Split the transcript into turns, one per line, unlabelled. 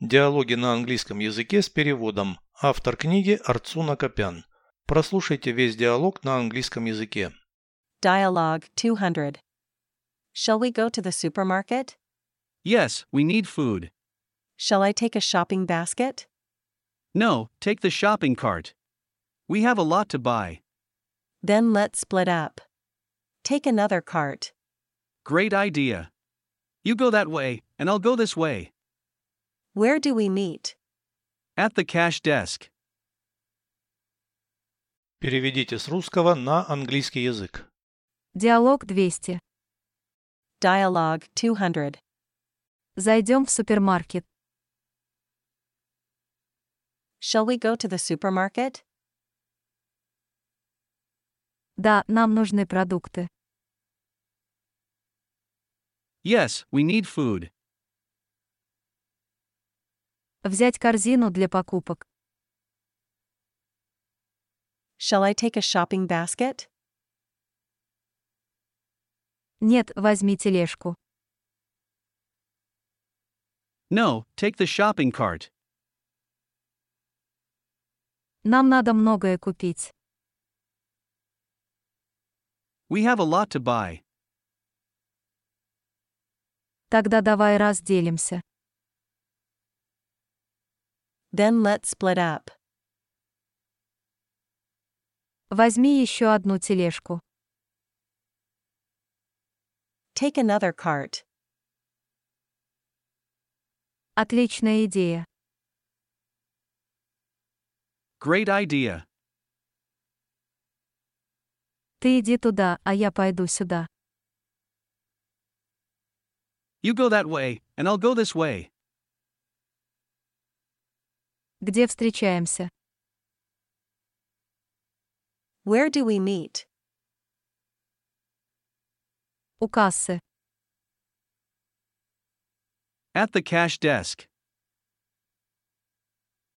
Диалоги на английском языке с переводом. Автор книги Арцуна Копян. Прослушайте весь диалог на английском языке.
Dialogue 200. Shall we go to the supermarket?
Yes, we need food.
Shall I take a shopping basket?
No, take the shopping cart. We have a lot to buy.
Then let's split up. Take another cart.
Great idea. You go that way, and I'll go this way.
Where do we meet?
At the cash desk.
Переведите с русского на английский язык.
Диалог 200.
Dialogue 200.
Зайдем в супермаркет.
Shall we go to the supermarket?
Да, нам нужны продукты.
Yes, we need food.
Взять корзину для покупок.
Shall I take a shopping basket?
Нет, возьми тележку.
No, take the shopping cart.
Нам надо многое купить.
We have a lot to buy.
Тогда давай разделимся.
Then let's split up.
Возьми еще одну тележку.
Take another cart.
Отличная идея.
Great idea.
Ты иди туда, а я пойду сюда.
You go that way, and I'll go this way.
Где встречаемся?
Where do we meet?
У кассы.
At the cash desk.